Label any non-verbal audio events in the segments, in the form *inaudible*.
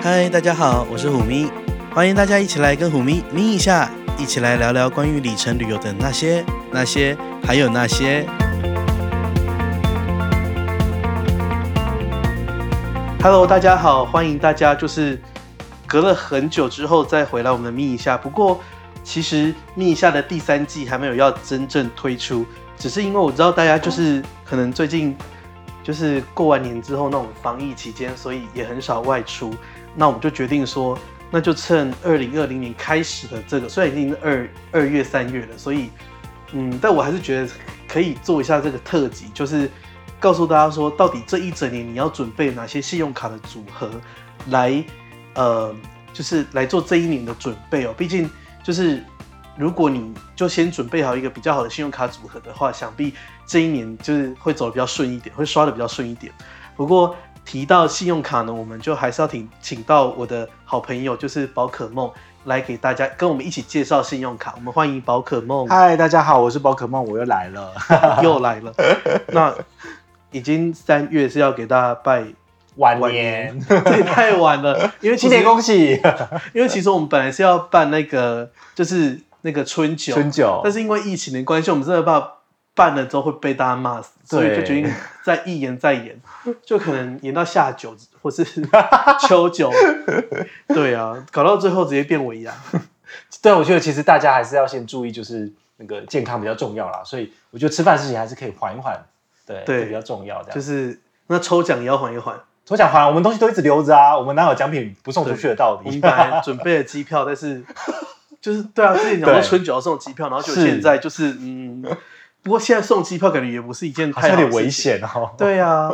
嗨，大家好，我是虎咪，欢迎大家一起来跟虎咪咪一下，一起来聊聊关于里程旅游的那些、那些，还有那些。Hello，大家好，欢迎大家，就是隔了很久之后再回来我们的咪一下。不过，其实咪一下的第三季还没有要真正推出，只是因为我知道大家就是可能最近就是过完年之后那种防疫期间，所以也很少外出。那我们就决定说，那就趁二零二零年开始的这个，虽然已经二二月三月了，所以嗯，但我还是觉得可以做一下这个特辑，就是告诉大家说，到底这一整年你要准备哦哪些信用卡的组合来，呃，就是来做这一年的准备哦。毕竟就是如果你就先准备好一个比较好的信用卡组合呃的话，想必这一年就是会走的比较顺一点，会刷的比较顺一点。不过提到信用卡呢，我们就还是要请请到我的好朋友，就是宝可梦来给大家跟我们一起介绍信用卡。我们欢迎宝可梦。嗨，大家好，我是宝可梦，我又来了。 *laughs* 又来了。那已经三月是要给大家拜 *laughs* 晚晚年，这也太晚了。因为其 *laughs* 新实年，恭 *laughs* 喜，因为其实我们本来是要办那个，就是那个春酒，春酒。但是因为疫情的关系，我们真的怕办了之后会被大家骂死，所以就对决定再一延再延，就可能延到下酒或 *laughs* 是秋酒。对啊，搞到最后直接变尾牙。对，我觉得其实大家还是要先注意，就是那个健康比较重要啦，所以我觉得吃饭事情还是可以缓一缓，对，对这比较重要。这样，就是那抽奖也要缓一缓。我想还，我们东西都一直留着啊，我们哪有奖品不送出去的道我们理？本 *laughs* 来准备了机票，但是就是对啊，之前讲过对春酒要送机票，然后就是现在就是嗯，不过现在送机票感觉也不是一件 *laughs* 好太像有好的点事危情。险哦。对啊，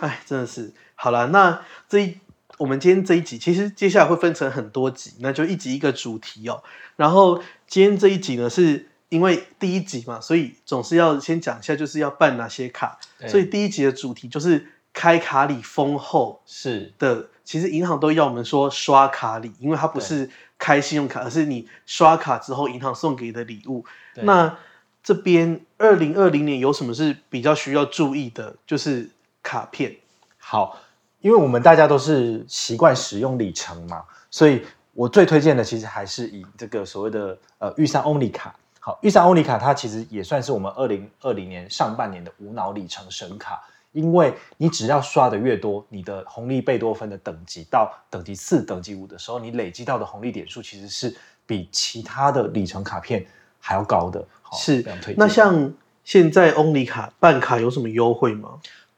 哎，真的是好啦，那这一我们今天这一集，其实接下来会分成很多集，那就一集一个主题哦。然后今天这一集呢，是因为第一集嘛，所以总是要先讲一下，就是要办哪些卡。 *laughs* 对所以第一集的主题就是开卡礼丰厚。是，的，其实银行都要我们说刷卡礼，因为它不是开信用卡，而是你刷卡之后银行送给你的礼物。对那这边二零二零年有什么是比较需要注意的？就是卡片，好，因为我们大家都是习惯使用里程嘛，所以我最推荐的其实还是以这个所谓的呃玉山欧尼卡。好，玉山欧尼卡它其实也算是我们二零二零年上半年的无脑里程神卡，因为你只要刷的越多，你的红利贝多芬的等级到等级四、等级五的时候，你累积到的红利点数其实是比其他的里程卡片还要高的。好是非常推荐那像现在欧尼卡办卡有什么优惠吗？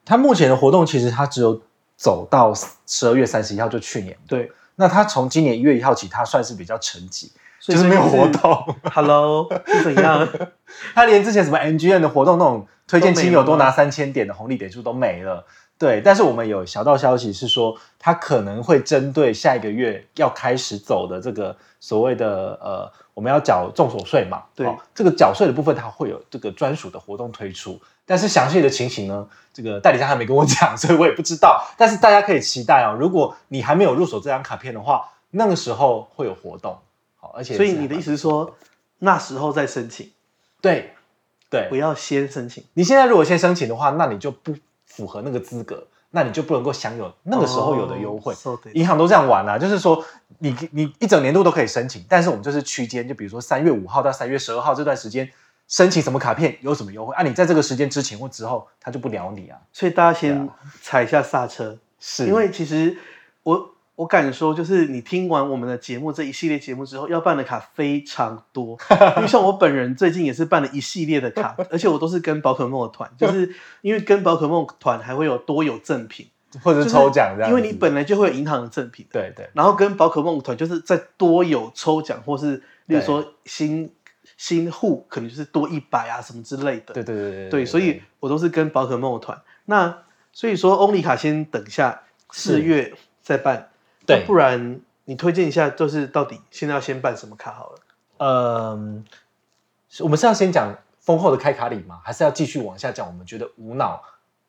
它目前的活动其实它只有走到十二月三十一号，就去年对，那它从今年一月一号起，它算是比较沉寂，所以就是没有这活个动。是。Hello，是怎样？它连之前什么 NGN 的活动那种推荐亲友多拿三千点的红利点数都没了。对，但是我们有小道消息是说，它可能会针对下一个月要开始走的这个所谓的呃，我们要缴重所税嘛，哦对这个缴税的部分，它会有这个专属的活动推出。但是详细的情形呢，这个代理商还没跟我讲， *laughs* 所以我也不知道。但是大家可以期待哦，如果你还没有入手这张卡片的话，那个时候会有活动。好，而且所以是还你的蛮意思是说，那时候再申请，对对不，要先申请。你现在如果先申请的话，那你就不符合那个资格，那你就不能够享有那个时候有的优惠。哦，so that- 银行都这样玩啊，就是说你你一整年度都可以申请，但是我们就是区间，就比如说三月五号到三月十二号这段时间申请什么卡片有什么优惠啊，你在这个时间之前或之后，他就不鸟你啊。所以大家先对踩一下刹车。是因为其实我我敢说，就是你听完我们的节目这一系列节目之后，要办的卡非常 *laughs* 多。因为像我本人最近也是办了一系列的卡，而且我都是跟宝可梦的团，就是因为跟宝可梦团还会有多有赠 *laughs* 品，或者就是抽奖这样因子，为你本来就会有银行的赠品，对对然后跟宝可梦团就是再多有抽奖，或是例如对说新新户可能就是多一百啊什么之类的。对对对对对，所以我都是跟宝可梦的团。那所以说，欧尼卡先等一下四是月再办，对那不然你推荐一下，就是到底现在要先办什么卡好了？嗯，是我们是要先讲丰厚的开卡礼吗？还是要继续往下讲？我们觉得无脑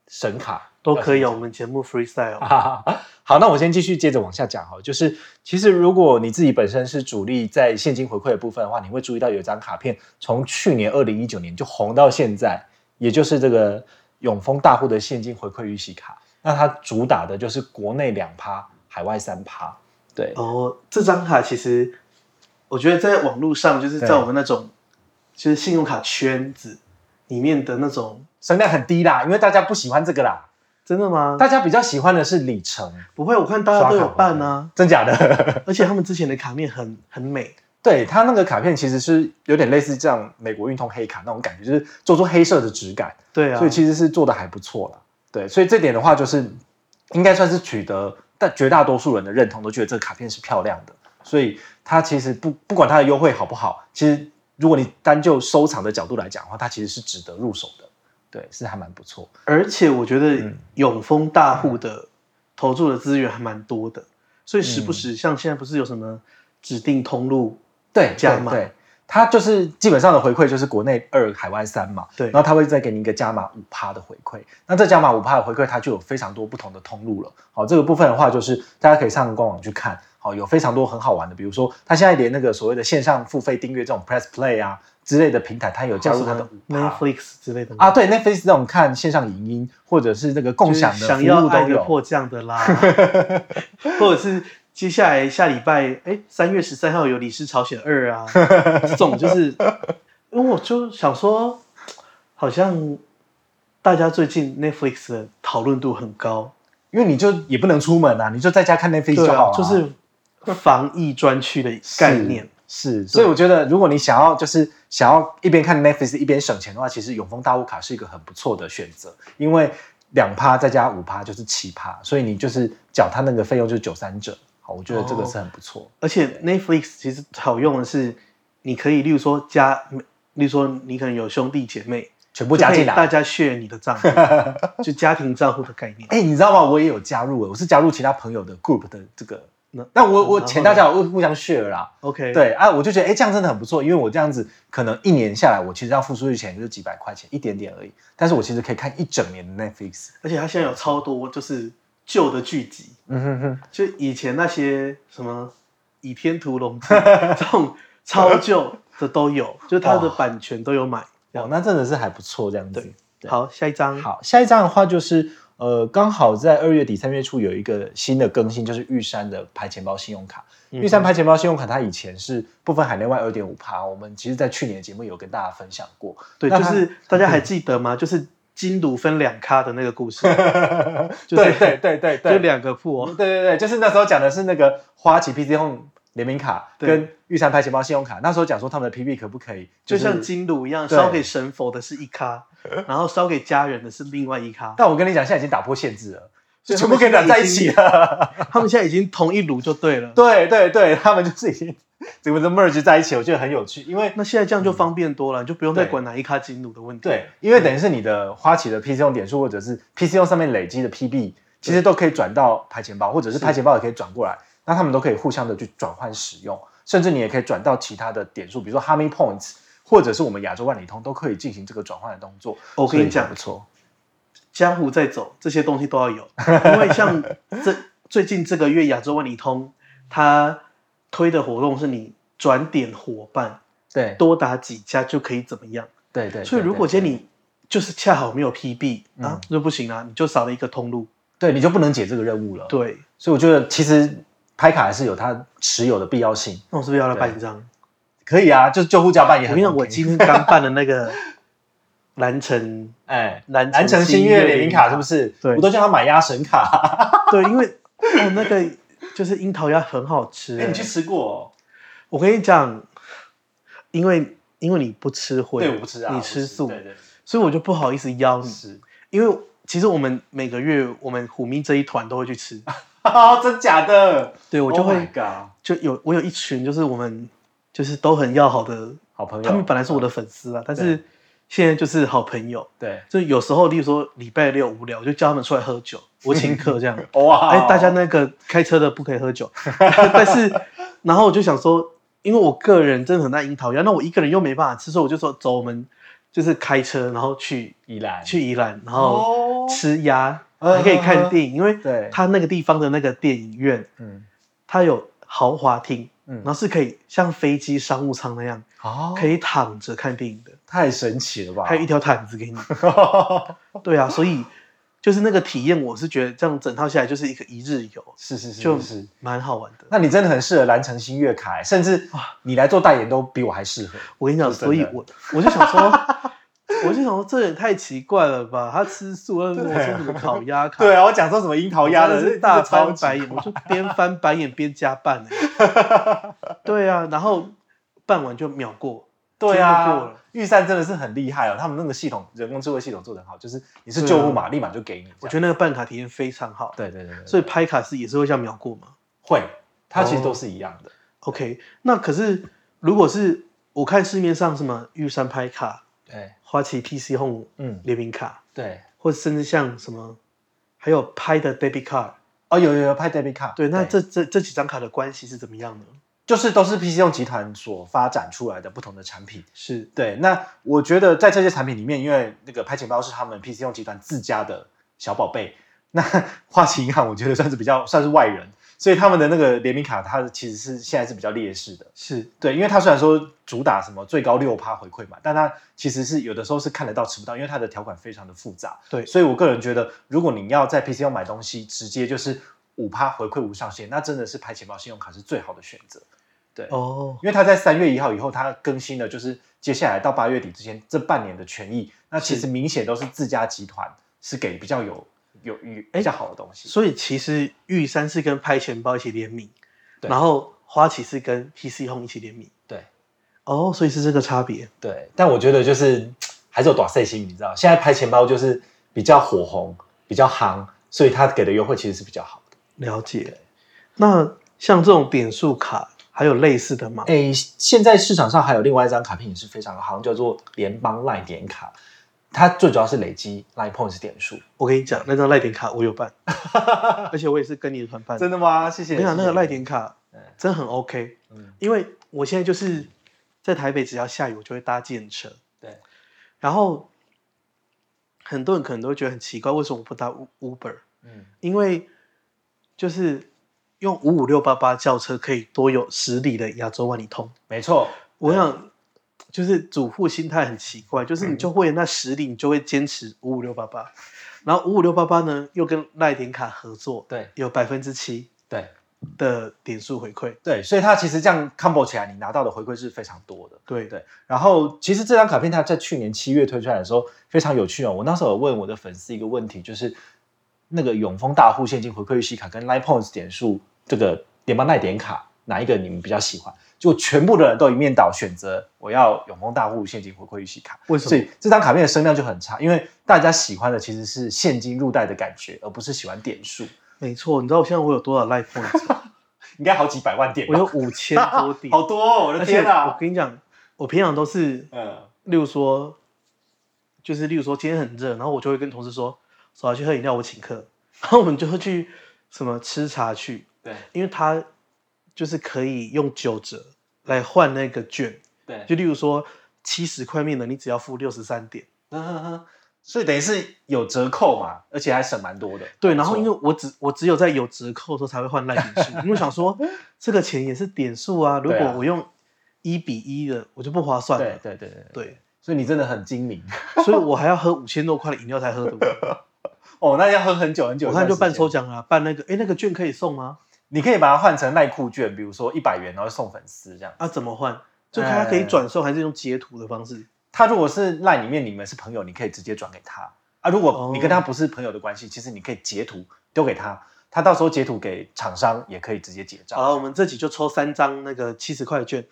神卡都可以要哦，先讲我们节目 freestyle 哦。啊， *laughs* 好，那我先继续接着往下讲哈，就是其实如果你自己本身是主力在现金回馈的部分的话，你会注意到有一张卡片从去年二零一九年就红到现在，也就是这个永丰大户的现金回馈预习卡。那它主打的就是国内两趴，海外三趴。对，哦，这张卡其实我觉得在网络上，就是在对我们那种就是信用卡圈子里面的那种，声量很低啦，因为大家不喜欢这个啦，真的吗？大家比较喜欢的是里程，不会，我看大家都有办啊，真假的？ *laughs* 而且他们之前的卡面很很美，对，它那个卡片其实是有点类似这样美国运通黑卡那种感觉，就是做出黑色的质感。对啊，所以其实是做的还不错啦。对，所以这点的话，就是应该算是取得但绝大多数人的认同，都觉得这个卡片是漂亮的。所以它其实不不管它的优惠好不好，其实如果你单就收藏的角度来讲的话，它其实是值得入手的。对，是还蛮不错。而且我觉得嗯永丰大户的投注的资源还蛮多的，所以时嗯不时像现在不是有什么指定通路，对，加对码对，它就是基本上的回馈就是国内二，海外三嘛。对然后它会再给你一个加码五趴的回馈。那这加码五趴的回馈，它就有非常多不同的通路了。好，这个部分的话，就是大家可以上官网去看。好，有非常多很好玩的，比如说它现在连那个所谓的线上付费订阅这种 Press Play 啊之类的平台，它有加入它的或五什么趴 Netflix 之类的吗啊，，对，Netflix 那种看线上影音或者是那个共享就是的想服要务都爱个有。迫降 *laughs* 的啦，或者是接下来下礼拜，哎，三月十三号有《李氏朝鲜二》啊，这种 *laughs* 就是，因为我就想说，好像大家最近 Netflix 的讨论度很高，因为你就也不能出门啊，你就在家看 Netflix 就对好啊了、，就是防疫专区的概念。是，所以我觉得如果你想要就是想要一边看 Netflix 一边省钱的话，其实永丰大物卡是一个很不错的选择，因为两趴再加五趴就是七趴，所以你就是缴它那个费用就是九三折。好，我觉得这个是很不错。而且 Netflix 其实好用的是，你可以例如说加，例如说你可能有兄弟姐妹，全部加进就可以大来。家 share 你的账 *laughs* 户，就家庭账户的概念。哎、你知道吗？我也有加入，我是加入其他朋友的 group 的这个那。那我我然后钱大家我互相 share 啦， OK，，嗯对啊，我就觉得哎、这样真的很不错，因为我这样子可能一年下来，我其实要付出的钱就几百块钱，一点点而已，但是我其实可以看一整年的 Netflix。而且它现在有超多就是旧的剧集，嗯哼哼，就以前那些什么《倚天屠龙记》 *laughs* 这种超旧的都有，就是它的版权都有买。哦，那真的是还不错这样子。对好，下一张，好，下一张的话就是呃，刚好在二月底三月初有一个新的更新，就是玉山的拍钱包信用卡。嗯玉山拍钱包信用卡它以前是不分海内外二点五趴，我们其实在去年的节目有跟大家分享过。 *laughs* 对，那就它是大家还记得吗？就是金赌分两咖的那个 *laughs* 故事，就是对对对对对，就两个铺哦。对对对，就是那时候讲的是那个花旗 PC Home 联名卡对跟玉山拍钱包信用卡，那时候讲说他们的 PB 可不可以，就是像金炉一样，对烧给神佛的是一咖，然后烧给家人的是另外一咖。但我跟你讲，现在已经打破限制了，所就以全部可以他们现在染在一已经起了。他们现在已经同一炉就对了。对对对，他们就是已经整个都 merge 在一起，我觉得很有趣，因为那现在这样就方便多了，你就不用再嗯对管哪一咖金炉的问题。对，因为等于是你的花旗的 PC 用点数或者是 PC 用上面累积的 PB，其实都可以转到拍钱包，或者是拍钱包也可以转过来，那他们都可以互相的去转换使用，甚至你也可以转到其他的点数，比如说 Harmony Points。或者是我们亚洲万里通都可以进行这个转换的动作，我跟你所以讲很不错。江湖在走，这些东西都要 *laughs* 有，因为像这最近这个月亚洲万里通，它推的活动是你转点伙伴对多打几家就可以怎么样。对对，所以对如果对今天你就是恰好没有 PB 嗯啊，那不行啊，你就少了一个通路。对你就不能解这个任务了，对，所以我觉得其实拍卡还是有它持有的必要性。那我是不是要来办一张？可以啊，就是救护加办也我很、跟你讲，我今天刚办的那个蓝 *laughs* 城，哎，南南城新月联名卡是不是？对我都叫他买鸭神卡。 *laughs* 对，因为哦那个就是樱桃鸭很好吃、欸哎，你去吃过、哦？我跟你讲，因为因为你不吃荤，对，我不吃啊，你我吃素，嗯对对所以我就不好意思邀你。 *laughs* 是。因为其实我们每个月我们虎咪这一团都会去吃，真假的？对我就 Oh 会 my God 就有我有一群就是我们就是都很要好的，好朋友，他们本来是我的粉丝啊，但是现在就是好朋友。对就有时候，例如说礼拜六无聊，我就叫他们出来喝 *laughs* 酒，我请客这样。哦哇，哎，大家那个开车的不可以喝酒， *laughs* 但是然后我就想说，因为我个人真的很爱樱桃鸭，那我一个人又没办法吃，所以我就说走，我们就是开车，然后去宜兰去宜兰，然后哦，吃鸭，嗯还可以看电影，因为对它那个地方的那个电影院，嗯它有豪华厅，然嗯，后哦是可以像飞机商务舱那样，好，可以躺着看电影的，太神奇了吧？ *laughs* 还有一条毯子给你。对啊，所以就是那个体验，我是觉得这样整套下来就是一个一日游，是是是，。就是蛮好玩的。那你真的很适合蓝城新月卡、甚至你来做代言都比我还适合。我跟你讲，是真所的以我我就想说， *laughs* 我就想说这也太奇怪了吧？他吃素，他跟我说什么烤鸭 *laughs* 卡，啊对啊，我讲说什么樱桃我鸭真的是大超翻白眼，我就边翻白眼边加办、欸。 *laughs* 对啊，然后办完就秒过。对真的过啊了，玉山真的是很厉害哦，他们那个系统人工智慧系统做得很好，就是你是对啊救护码，立马就给你。我觉得得那个办卡体验非常好，对对对对，所以拍卡是也是会像秒过嘛。会，它其实哦都是一样的。 OK，那可是如果是我看市面上什么玉山拍卡、对，花旗 PC Home 嗯，联名卡，对。或甚至像什么还有拍的 Debit Card，哦，有有有拍 debit card，对，那这这这几张卡的关系是怎么样呢？就是都是 PC 用集团所发展出来的不同的产品。是对，那我觉得在这些产品里面，因为那个拍钱包是他们 PC 用集团自家的小宝贝， *laughs* 那花旗银行我觉得算是比 *laughs* 较算是外人，所以他们的那个联名卡，它其实是现在是比较劣势的。是，对，因为它虽然说主打什么最高六趴回馈嘛，但它其实是有的时候是看得到吃不到，因为它的条款非常的复杂。对所以我个人觉得，如果你要在 PC 用买东西，直接就是五趴回馈无上限，那真的是拍钱包信用卡是最好的选择。对，哦，因为它在三月一号以后，它更新了，就是接下来到八月底之前这半年的权益，那其是实明显都是自家集团是给比较有有有比较好的东西。所以其实玉山是跟拍钱包一起联名，对然后花旗是跟 PC Home 一起联名，对哦，所以是这个差别。对，但我觉得就是还是有短视心，你知道，现在拍钱包就是比较火红，比较夯，所以它给的优惠其实是比较好的。了解对。那像这种点数卡还有类似的吗？诶，现在市场上还有另外一张卡片也是非常好，叫做联邦赖点卡，它最主要是累积 Line Points 点数。我跟你讲，那张赖点卡我有办，而且我也是跟你的团办。真的吗？谢谢。我跟你讲，那个赖赖，点卡嗯真的很 OK，嗯，因为我现在就是在台北，只要下雨我就会搭电车，对，然后很多人可能都会觉得很奇怪，为什么我不搭 U- Uber？嗯，因为就是用五五六八八轿车可以多有十里的亚洲万里通。没错。我嗯想就是主妇心态很奇怪，就是你就会那实力，你就会坚持五五六八 *laughs* 八，然后五五六八八呢又跟赖点卡合作，对有百分之七对的点数回馈，对，所以它其实这样 combo 起来，你拿到的回馈是非常多的。对对然后其实这张卡片它在去年七月推出来的时候非常有趣哦。我那时候有问我的粉丝一个问题，就是那个永丰大户现金回馈预期卡跟 Line Points 点数这个联邦奈点卡哪一个你们比较喜欢？就全部的人都一面倒选择我要永丰大户现金回馈预期卡，为什所么？以这张卡片的声量就很差，因为大家喜欢的其实是现金入袋的感觉，而不是喜欢点数，没错，你知道我现在我有多少赖 *laughs* points？吗应该好几百万点吧，我有五千 *laughs* 多点，啊好多、哦，我的而且天我啊！跟你讲，我平常都是，嗯，例如说，就是例如说今天很热，然后我就会跟同事说，走啊去喝饮料，我请客， *laughs* 然后我们就会去什么吃茶去，对因为它就是可以用九折来换那个券，对，就例如说七十块面的，你只要付六十三点。嗯哼哼，所以等于是有折扣嘛，而且还省蛮多的。对，然后因为为我只我只有在有折扣的时候才会换赖点数，因为我想 *laughs* 说这个钱也是点数啊，如对啊果我用一比一的，我就不划算对了。对对对，对，所以你真的很精明所以我还要喝五千多块的饮料才喝得 *laughs* 完。哦。那要喝很久很久，我看就办抽，奖啊，办那个，哎，那个券可以送吗？你可以把它换成耐酷券，比如说一百元，然后送粉丝这样。啊，怎么换？就看哎它可以转送还是用截图的方式。他如果是赖里面你们是朋友，你可以直接转给他啊。如哦果你跟他不是朋友的关系，其实你可以截图丢给他，他到时候截图给厂商也可以直接结好账。了，我们这集就抽三张那个七十块的券，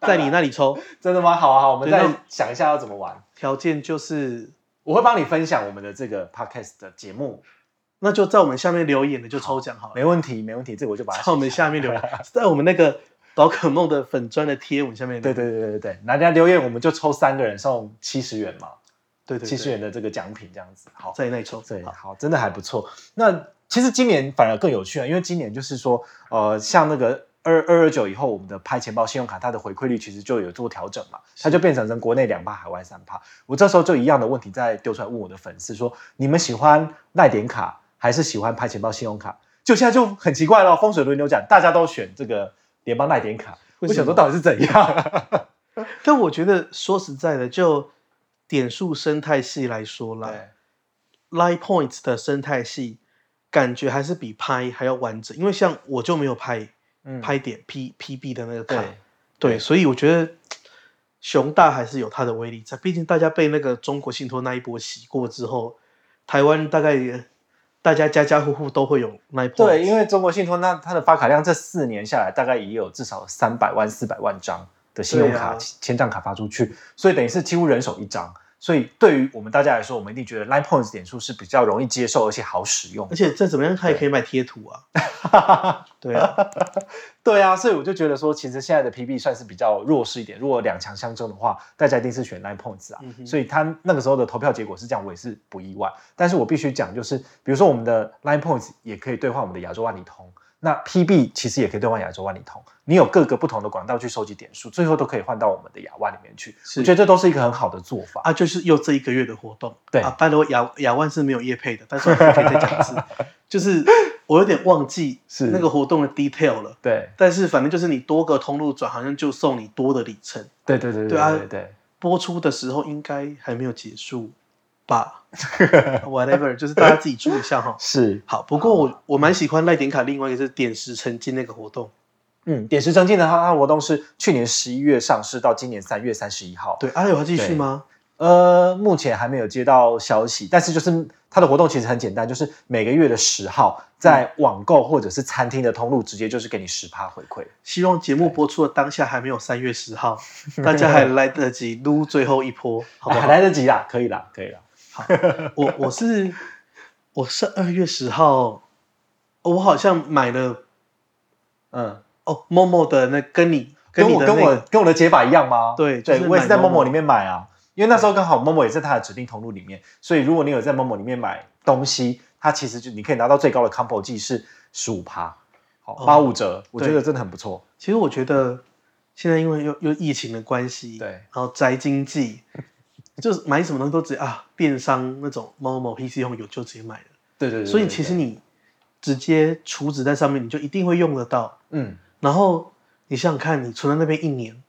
在你那里抽，真的吗？好啊好，我们对再那想一下要怎么玩。条件就是我会帮你分享我们的这个 podcast 的节目，那就在我们下面留言的就抽奖好了，没问题，没问题，这个我就把它在我们写下来下面留言，在我们那个宝可梦的粉砖的贴文下面留对言。对对对对，那人家留言我们就抽三个人送七十元嘛，对对七对十元的这个奖品这样子。好，在那啊里抽。对，好好，真的还不错。那其实今年反而更有趣了，因为今年就是说，呃，像那个二二二九以后，我们的拍钱包信用卡它的回馈率其实就有做调整嘛，它就变成成国内两趴，海外三趴。我这时候就一样的问题再丢出来问我的粉丝说，你们喜欢赖点卡还是喜欢拍钱包信用卡？就现在就很奇怪了，风水轮流转，大家都选这个联邦赖点卡。为什么我想说到底是怎样？但我觉得说实在的，就点数生态系来说啦，对 Line Points 的生态系，感觉还是比拍还要完整，因为像我就没有拍嗯，拍点 P PB 的那个卡，对，对，所以我觉得熊大还是有它的威力在，毕竟大家被那个中国信托那一波洗过之后，台湾大概也大家家家户户都会有那一波。对，因为中国信托那它的发卡量这四年下来大概也有至少三百万、四百万张的信用卡、对啊千账卡发出去，所以等于是几乎人手一张。所以对于我们大家来说，我们一定觉得 Line Points 点数是比较容易接受而且好使用而。且再怎么样，它也可以买贴图 *laughs* 啊。对啊，对啊，所以我就觉得说，其实现在的 PB 算是比较弱势一点。如果两强相争的话，大家一定是选 Line Points 啊。嗯哼所以他那个时候的投票结果是这样，我也是不意外。但是我必须讲，就是比如说我们的 Line Points 也可以兑换我们的亚洲万里通，那 PB 其实也可以兑换亚洲万里通。你有各个不同的管道去收集点数，最后都可以换到我们的亚万里面去。是我觉得这都是一个很好的做法。啊，就是又这一个月的活动。对啊，拜托亚亚万是没有业配的，但是我们可以再讲一次，就是我有点忘记是那个活动的 detail 了。对但是反正就是你多个通路转，好像就送你多的里程。对对对对啊对对。播出的时候应该还没有结束吧？Whatever，就是大家自己注意一下哈。是，好，不过我我蛮喜欢赖点卡，另外一个是点石成金那个活动。嗯，点石成金的它它活动是去年十一月上市到今年三月三十一号，对，啊，有要继续吗？呃，目前还没有接到消息，但是就是它的活动其实很简单，就是每个月的十号在网购或者是餐厅的通路直接就是给你十趴回馈。希望节目播出的当下还没有三月十号，大家还来得及撸最后一波，好不 *laughs* 还好？*laughs* 来得及啦，可以啦，可以啦。我我是我是二月十号，我好像买了嗯，哦某某的那跟你跟你我的跟那我个跟我的解法一样吗？对就对，是我也是买在 Momo Momo 里面买啊，因为那时候刚好 Momo 也在它的指定通路里面，所以如果你有在 Momo 里面买东西，它其实就你可以拿到最高的 combo 计是十五趴，好哦八五折，我觉对得真的很不错。其实我觉得现在因为又又疫情的关系，对然后宅经济，就是买什么东西都直接啊，电商那种某某 PC 用有就直接买了，对对对所以其实你直接储值在上面，你就一定会用得到。嗯，然后你想想看，你存在那边一年，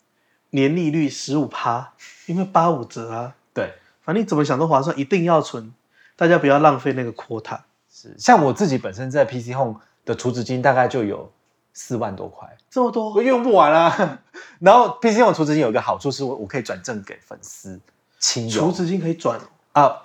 年利率十五趴，因为八五折啊，对。反正你怎么想都划算，一定要存，大家不要浪费那个 quota。是，像我自己本身在 PC Home 的储值金大概就有四万多块，这么多我用不完啊。然后 PC Home 储值金有一个好处是我我可以转赠给粉丝、亲友。储值金可以转，啊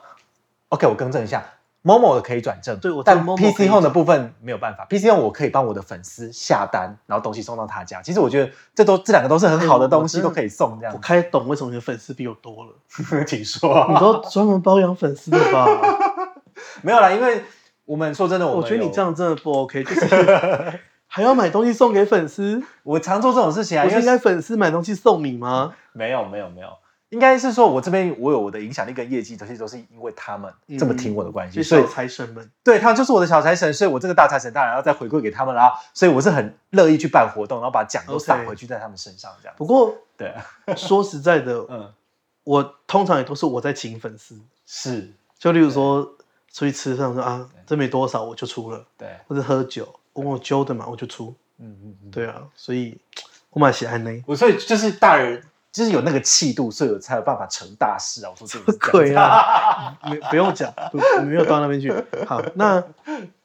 ，OK，我更正一下，Momo 的可以转正，对我知道但 Momo 可以 PC 转 Home 的部分没有办法，PC Home 我可以帮我的粉丝下单，然后东西送到他家。其实我觉得这都这两个都是很好的哎我东西，真的都可以送这样我。开始懂为什么你的粉丝比我多了。请说啊、你都专门包养粉丝的 *laughs* 吧？没有啦，因为我们说真的，我我们觉得你有这。样真的不 OK，就是还要买东西送给粉 *laughs* 丝，我常做这种事情啊，不因是为应该粉丝买东西送你吗？没有没有没有，应该是说我这边我有我的影响力跟业绩，这些都是因为他们这么听我的关系，就所以小财神们，对他们就是我的小财神，所以我这个大财神当然要再回馈给他们啦。所以我是很乐意去办活动，然后把奖都 OK 撒回去在他们身上这样。不过对，啊说实在 *laughs* 的，嗯，我通常也都是我在请粉丝，是，就例如说出去吃饭说啊，这没多少我就出了，对，或者喝酒，我问我揪的嘛我就出，嗯嗯嗯，对啊，所以我蛮喜欢呢。我所以就是大人就是有那个气度，所以我才有办法成大事啊。我说这个是这样鬼啊，没不用讲，不没有到那边去。好，那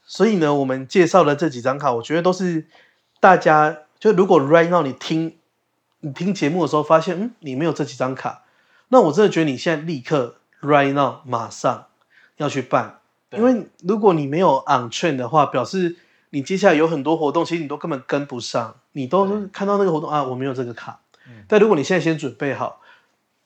所以呢，我们介绍的这几张卡，我觉得都是大家就如果 right now 你听你听节目的时候发现，嗯，你没有这几张卡，那我真的觉得你现在立刻 right now 马上要去办，对因为如果你没有 on train 的话，表示你接下来有很多活动，其实你都根本跟不上，你都是看到那个活动啊，我没有这个卡。嗯但如果你现在先准备好，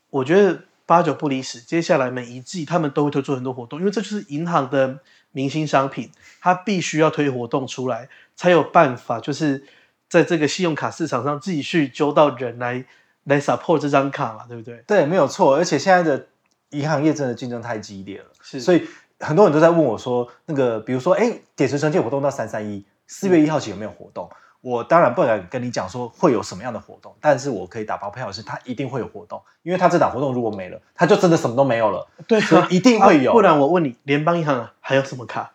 我觉得八九不离十。接下来每一季他们都会推出很多活动，因为这就是银行的明星商品，它必须要推活动出来，才有办法就是在这个信用卡市场上继续揪到人来来 support 这张卡嘛，对不对？ *laughs* 对，没有错。而且现在的银行业真的竞争太激烈了，是所以很多人都在问我说，那个比如说，哎，点石成金有活动到三三一，四月一号起有没有活动？我当然不敢跟你讲说会有什么样的活动，但是我可以打包票的是，它一定会有活动，因为它这档活动如果没了，它就真的什么都没有了，对 *laughs* 啊啊所以一定会有。不然我问你，联邦银行还有什么卡？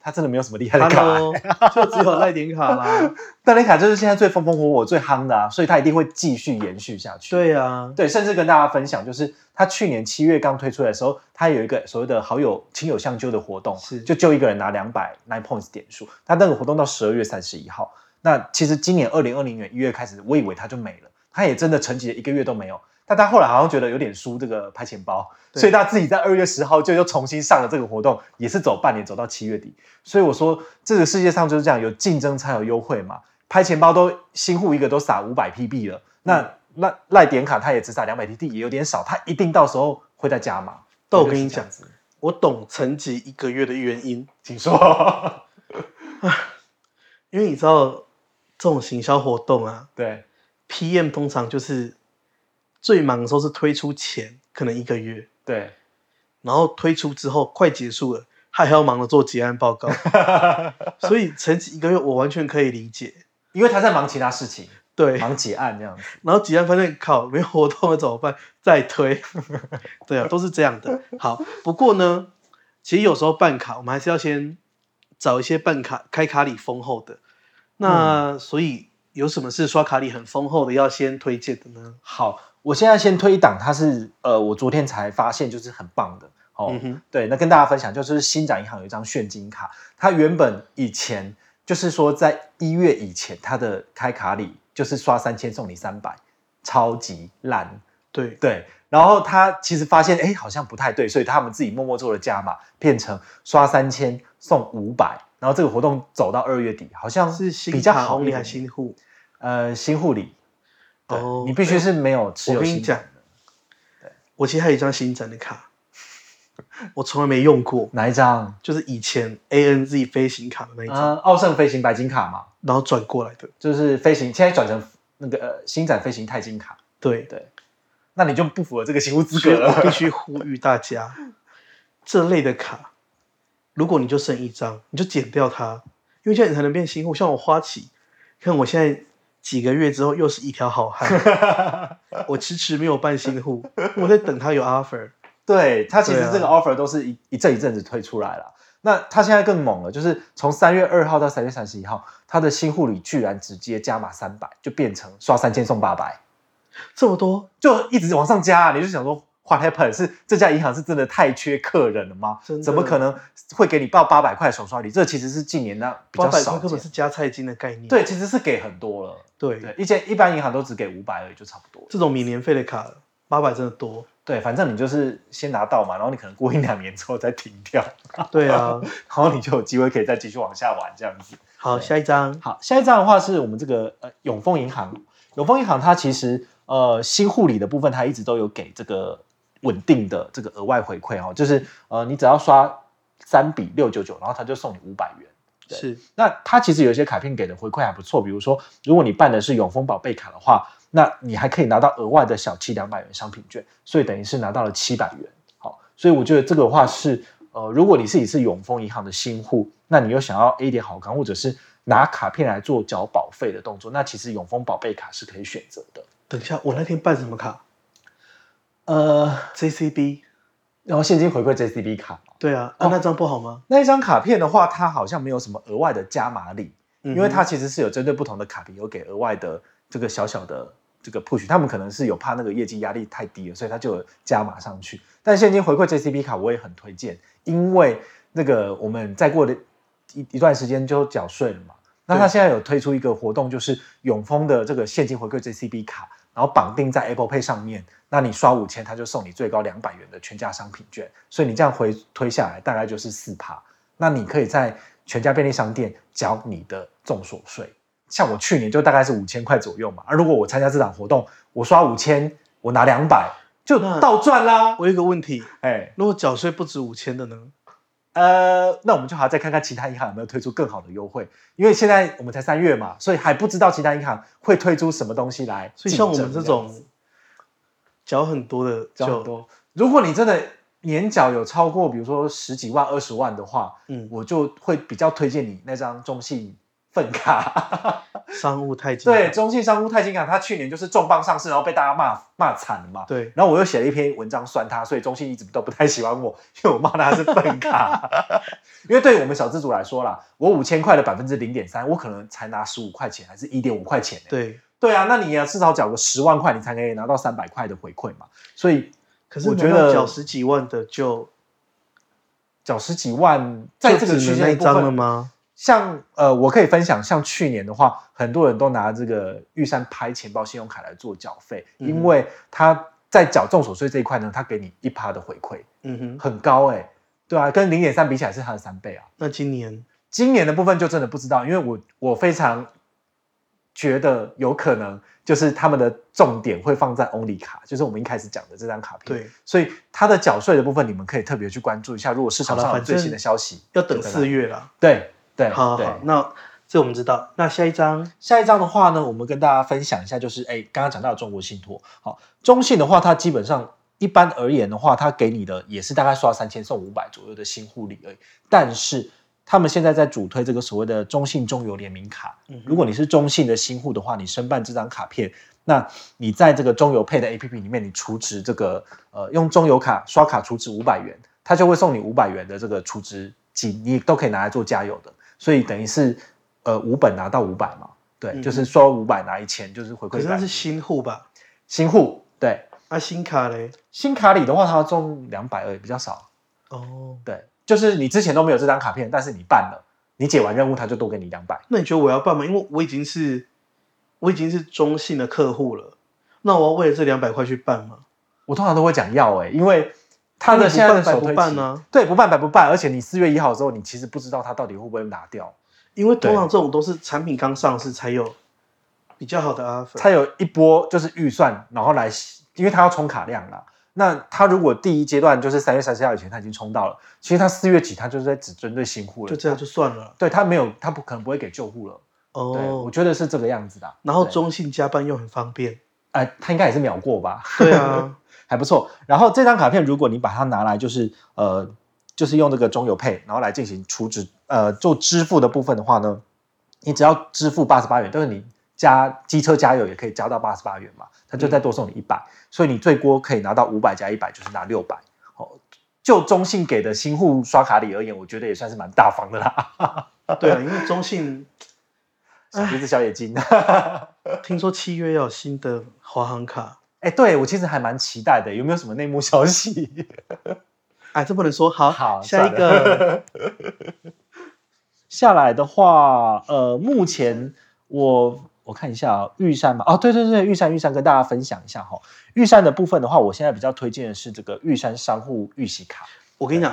它真的没有什么厉害的卡、 Hello，就只有赖点卡 *laughs* 啦。那雷卡就是现在最风风火火、最夯的啊，所以它一定会继续延续下去。对啊，对，甚至跟大家分享，就是它去年七月刚推出来的时候，它有一个所谓的好友亲友相揪的活动，是就揪一个人拿两百 nine points 点数。它那个活动到十二月三十一号。那其实今年二零二零年一月开始，我以为它就没了，它也真的沉寂了一个月都没有。但他后来好像觉得有点输这个拍钱包，对所以他自己在二月十号就又重新上了这个活动，也是走半年，走到七月底。所以我说，这个世界上就是这样，有竞争才有优惠嘛。拍钱包都新户一个都撒五百 PB 了，嗯那那赖点卡他也只撒两百 TT，也有点少，他一定到时候会再加码。但我跟你讲就是这样子，我懂沉寂一个月的原因，请说。 *laughs* 因为你知道这种行销活动啊对， ，PM 通常就是最忙的时候是推出前可能一个月，对， *laughs* 然后推出之后快结束了，他还要忙着做结案报告， *laughs* 所以沉寂一个月我完全可以理解。因为他在忙其他事情，对，忙结案这样子。然后结案发现靠没有活动了怎么办？再推， *laughs* 对啊，都是这样的。好，不过呢，其实有时候办卡我们还是要先找一些办卡开卡礼丰厚的。那、嗯所以有什么是刷卡礼很丰厚的要先推荐的呢？好，我现在先推一档，它是呃，我昨天才发现就是很棒的哦。嗯哼，对，那跟大家分享，就是新展银行有一张现金卡，它原本以前就是说在一月以前，它的开卡礼就是刷三千送你三百，超级烂。对，对，然后他其实发现，哎，好像不太对，所以他们自己默默做了加码，变成刷三千送五百，然后这个活动走到二月底，好像是新比较卡好一红利点还是新户？呃新护理。对哦你必须是没有持我有跟新你讲，我其实还有一张新展的卡，我从来没用过，哪一张就是以前 ANZ 飞行卡的那一张，啊？奥盛飞行白金卡嘛，然后转过来的。就是飞行，现在转成那个呃星展飞行钛金卡，对，那你就不符合这个行务资所以格我必了。须呼吁大家，这类的卡，如果你就剩一张，你就剪掉它，因为这样你才能变新户。像我花旗，看我现在几个月之后又是一条好汉， *laughs* 我迟迟没有办新户，我在等它有 offer。 *laughs* 对，它其实对啊这个 offer 都是一一阵一阵子推出来了。那它现在更猛了，就是从三月二号到三月三十一号，它的新护理居然直接加码三百，就变成刷三千送八百，这么多，就一直往上加、啊。你就想说，What happened？是这家银行是真的太缺客人了吗真？的怎么可能会给你报八百块首刷礼？这其实是近年那比八较百少块根见本。是加菜金的概念。对，其实是给很多了。对，对，一间一般银行都只给五百而已，就差不多了。这种免年费的卡，八百真的多。对，反正你就是先拿到嘛，然后你可能过一两年之后再停掉，对 *laughs* 啊，然后你就有机会可以再继续往下玩这样子。好，下一张。好，下一张的话是我们这个呃永丰银行，永丰银行它其实呃新护理的部分，它一直都有给这个稳定的这个额外回馈哦，就是呃你只要刷三笔六九九，然后它就送你五百元。对是那它其实有一些卡片给的回馈还不错，比如说，如果你办的是永丰宝贝卡的话，那你还可以拿到额外的小七两百元商品券，所以等于是拿到了七百元。好，所以我觉得这个的话是，呃，如果你自己是永丰银行的新户，那你又想要 A 点好康，或者是拿卡片来做缴保费的动作，那其实永丰宝贝卡是可以选择的。等一下，我那天办什么卡呃， ？JCB。然后现金回馈 JCB 卡，对啊，哦啊那张不好吗？那一张卡片的话，它好像没有什么额外的加码礼，因因为它其实是有针对不同的卡比有给额外的这个小小的这个 push，他们可能是有怕那个业绩压力太低了，所以它就有加码上去。但现金回馈 JCB 卡我也很推荐，因为那个我们再过的一一段时间就缴税了嘛，那它对现在有推出一个活动，就是永丰的这个现金回馈 JCB 卡，然后绑定在 Apple Pay 上面，那你刷五千，它就送你最高两百元的全价商品券，所以你这样回推下来大概就是四趴。那你可以在全家便利商店缴你的重所税。像我去年就大概是五千块左右嘛，而如果我参加这场活动，我刷五千，我拿两百，就那倒赚啦。我有一个问题，哎，如果缴税不止五千的呢？呃，那我们就还要再看看其他银行有没有推出更好的优惠，因为现在我们才三月嘛，所以还不知道其他银行会推出什么东西来所竞以争。像我们这样子种缴很多的这样很就，多，如果你真的年缴有超过，比如说十几万、二十万的话，嗯，我就会比较推荐你那张中信粪卡。 *laughs* 商务太极对，中信商务钛金卡，它去年就是重磅上市，然后被大家骂骂惨了嘛。对，然后我又写了一篇文章酸他，所以中信一直都不太喜欢我，因为我骂他是粪卡。 *laughs* 因为对于我们小资主来说啦，我五千块的百分之零点三，我可能才拿十五块钱，还是一点五块钱、欸。对，对啊，那你也至少缴个十万块，你才可以拿到三百块的回馈嘛。所以可是我觉难道得缴十几万的就缴十几万，在这个就只区能间那的一部张了分，吗？像呃，我可以分享，像去年的话，很多人都拿这个玉山拍钱包信用卡来做缴费，嗯因为他在缴重手税这一块呢，他给你一趴的回馈，嗯哼，很高哎、对啊，跟零点三比起来是它的三倍啊。那今年今年的部分就真的不知道，因为我我非常觉得有可能就是他们的重点会放在 Only 卡，就是我们一开始讲的这张卡片，，对所以它的缴税的部分，你们可以特别去关注一下，如果市场好了上有反最正新的消息，要等就在四月啦。对对，好对好，那这我们知道。那下一张，下一张的话呢，我们跟大家分享一下，就是哎，刚刚讲到的中国信托，好，中信的话，它基本上一般而言的话，它给你的也是大概刷三千送五百左右的新护理而已，但是他们现在在主推这个所谓的中信中油联名卡，嗯哼如果你是中信的新户的话，你申办这张卡片，那你在这个中油配的 APP 里面，你储值这个呃用中油卡刷卡储值五百元，它就会送你五百元的这个储值金，你都可以拿来做加油的，所以等于是呃五本拿到五百嘛，对，嗯就是说五百拿一千，就是回可馈是100那是新户吧？新户对。那新卡嘞？新卡里的话，它中两百而已，比较少。哦，对，就是你之前都没有这张卡片，但是你办了，你解完任务，它就多给你两百。那你觉得我要办吗？因为我已经是我已经是中信的客户了，那我要为了这两百块去办吗？我通常都会讲要哎、欸，因为他那的你不现在的办白手不推办啊期呢对，不办白不办，而且你四月一号之后，你其实不知道他到底会不会拿掉，因为通对常这种都是产品刚上市才有比较好的 offer。他有一波就是预算，然后来，因为他要冲卡量啦。那他如果第一阶段就是三月三十号以前他已经冲到了，其实他四月起他就是在只针对新户了，就这样就算了。对他没有，他不可能不会给旧户了。对，我哦，觉得是这个样子的。然后对，中信加班又很方便。哎、他应该也是秒过吧？对啊，还不错。然后这张卡片，如果你把它拿来，就是呃，就是用这个中邮配，然后来进行储值，呃，做支付的部分的话呢，你只要支付八十八元，但是你加机车加油也可以加到八十八元嘛，它就再多送你一百、所以你最多可以拿到五百加一百，就是拿六百。哦，就中信给的新户刷卡礼而言，我觉得也算是蛮大方的啦。 *laughs* 对啊，因为中信小鼻子小眼睛， *laughs* 听说七月要有新的华航卡，哎，对我其实还蛮期待的，有没有什么内幕消息？哎，这不能说。好，好，下一算了个。。下来的话，呃，目前我我看一下啊，玉山嘛，哦，对对对，玉山玉山跟大家分享一下哈、玉山的部分的话，我现在比较推荐的是这个玉山商户预习卡， *laughs* 我跟你讲，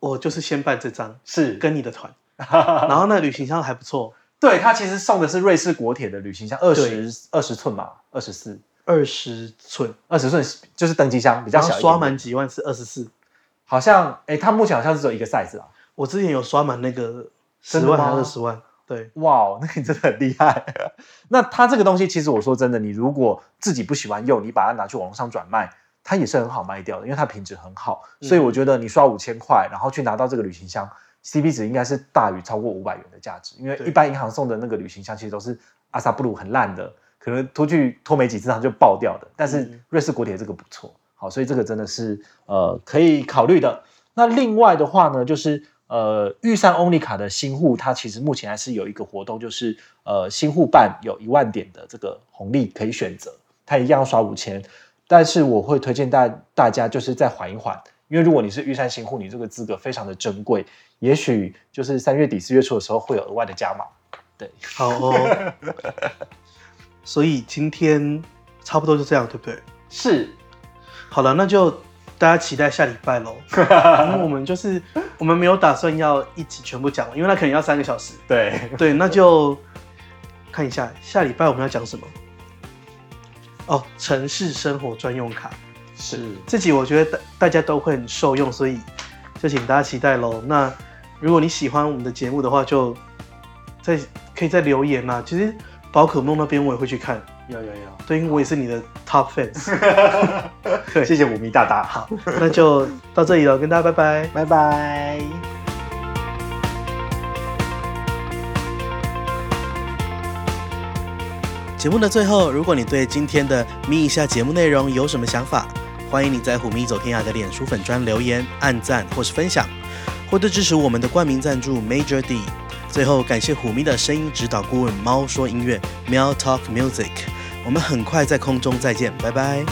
我就是先办这张，是跟你的 *laughs* 团，然后那旅行箱还不错，对它其实送的是瑞士国铁的旅行箱，二十二十寸嘛，二十四二十寸，二十寸就是登机箱比较然小后一点，刷满几万是二十四。好像哎，它目前好像是只有一个 size 啊，我之前有刷满那个十真的万吗还是二十万，对，哇 *laughs* 哦，那你真的很厉害。那它这个东西，其实我说真的，你如果自己不喜欢用，你把它拿去网络上转卖，它也是很好卖掉的，因为它品质很好。嗯所以我觉得你刷五千块，然后去拿到这个旅行箱，CP 值应该是大于超过五百元的价值，因为对一般银行送的那个旅行箱其实都是阿萨布鲁很烂的，可能拖去拖没几次它就爆掉的。但是嗯瑞士国铁这个不错，好，所以这个真的是呃可以考虑的。那另外的话呢，就是呃，玉山欧尼卡的新户，它其实目前还是有一个活动，就是呃，新户办有一万点的这个红利可以选择，它一样要刷五千，但是我会推荐大大家就是再缓一缓，因为如果你是玉山新户，你这个资格非常的珍贵，也许就是三月底四月初的时候会有额外的加码。好哦。所以今天差不多就这样，对不对？是，好了，那就大家期待下礼拜喽。因为我们就是我们没有打算要一集全部讲完，因为那可能要三个小时。对，对，那就看一下下礼拜我们要讲什么。哦，城市生活专用卡。 *laughs* 是，这集我觉得大大家都会很受用，所以就请大家期待喽。那如果你喜欢我们的节目的话，就再可以再留言啦。其实宝可梦那边我也会去看，有有有，对，因为我也是你的 top fans。对谢谢五迷大大，好，那就到这里了，跟大家拜拜。拜拜。节目的最后，如果你对今天的咪一下节目内容有什么想法，欢迎你在虎咪走天涯的脸书粉专留言、按赞或是分享，或者支持我们的冠名赞助 Major D。最后，感谢虎咪的声音指导顾问猫说音乐 Meow Talk Music。我们很快在空中再见，拜拜。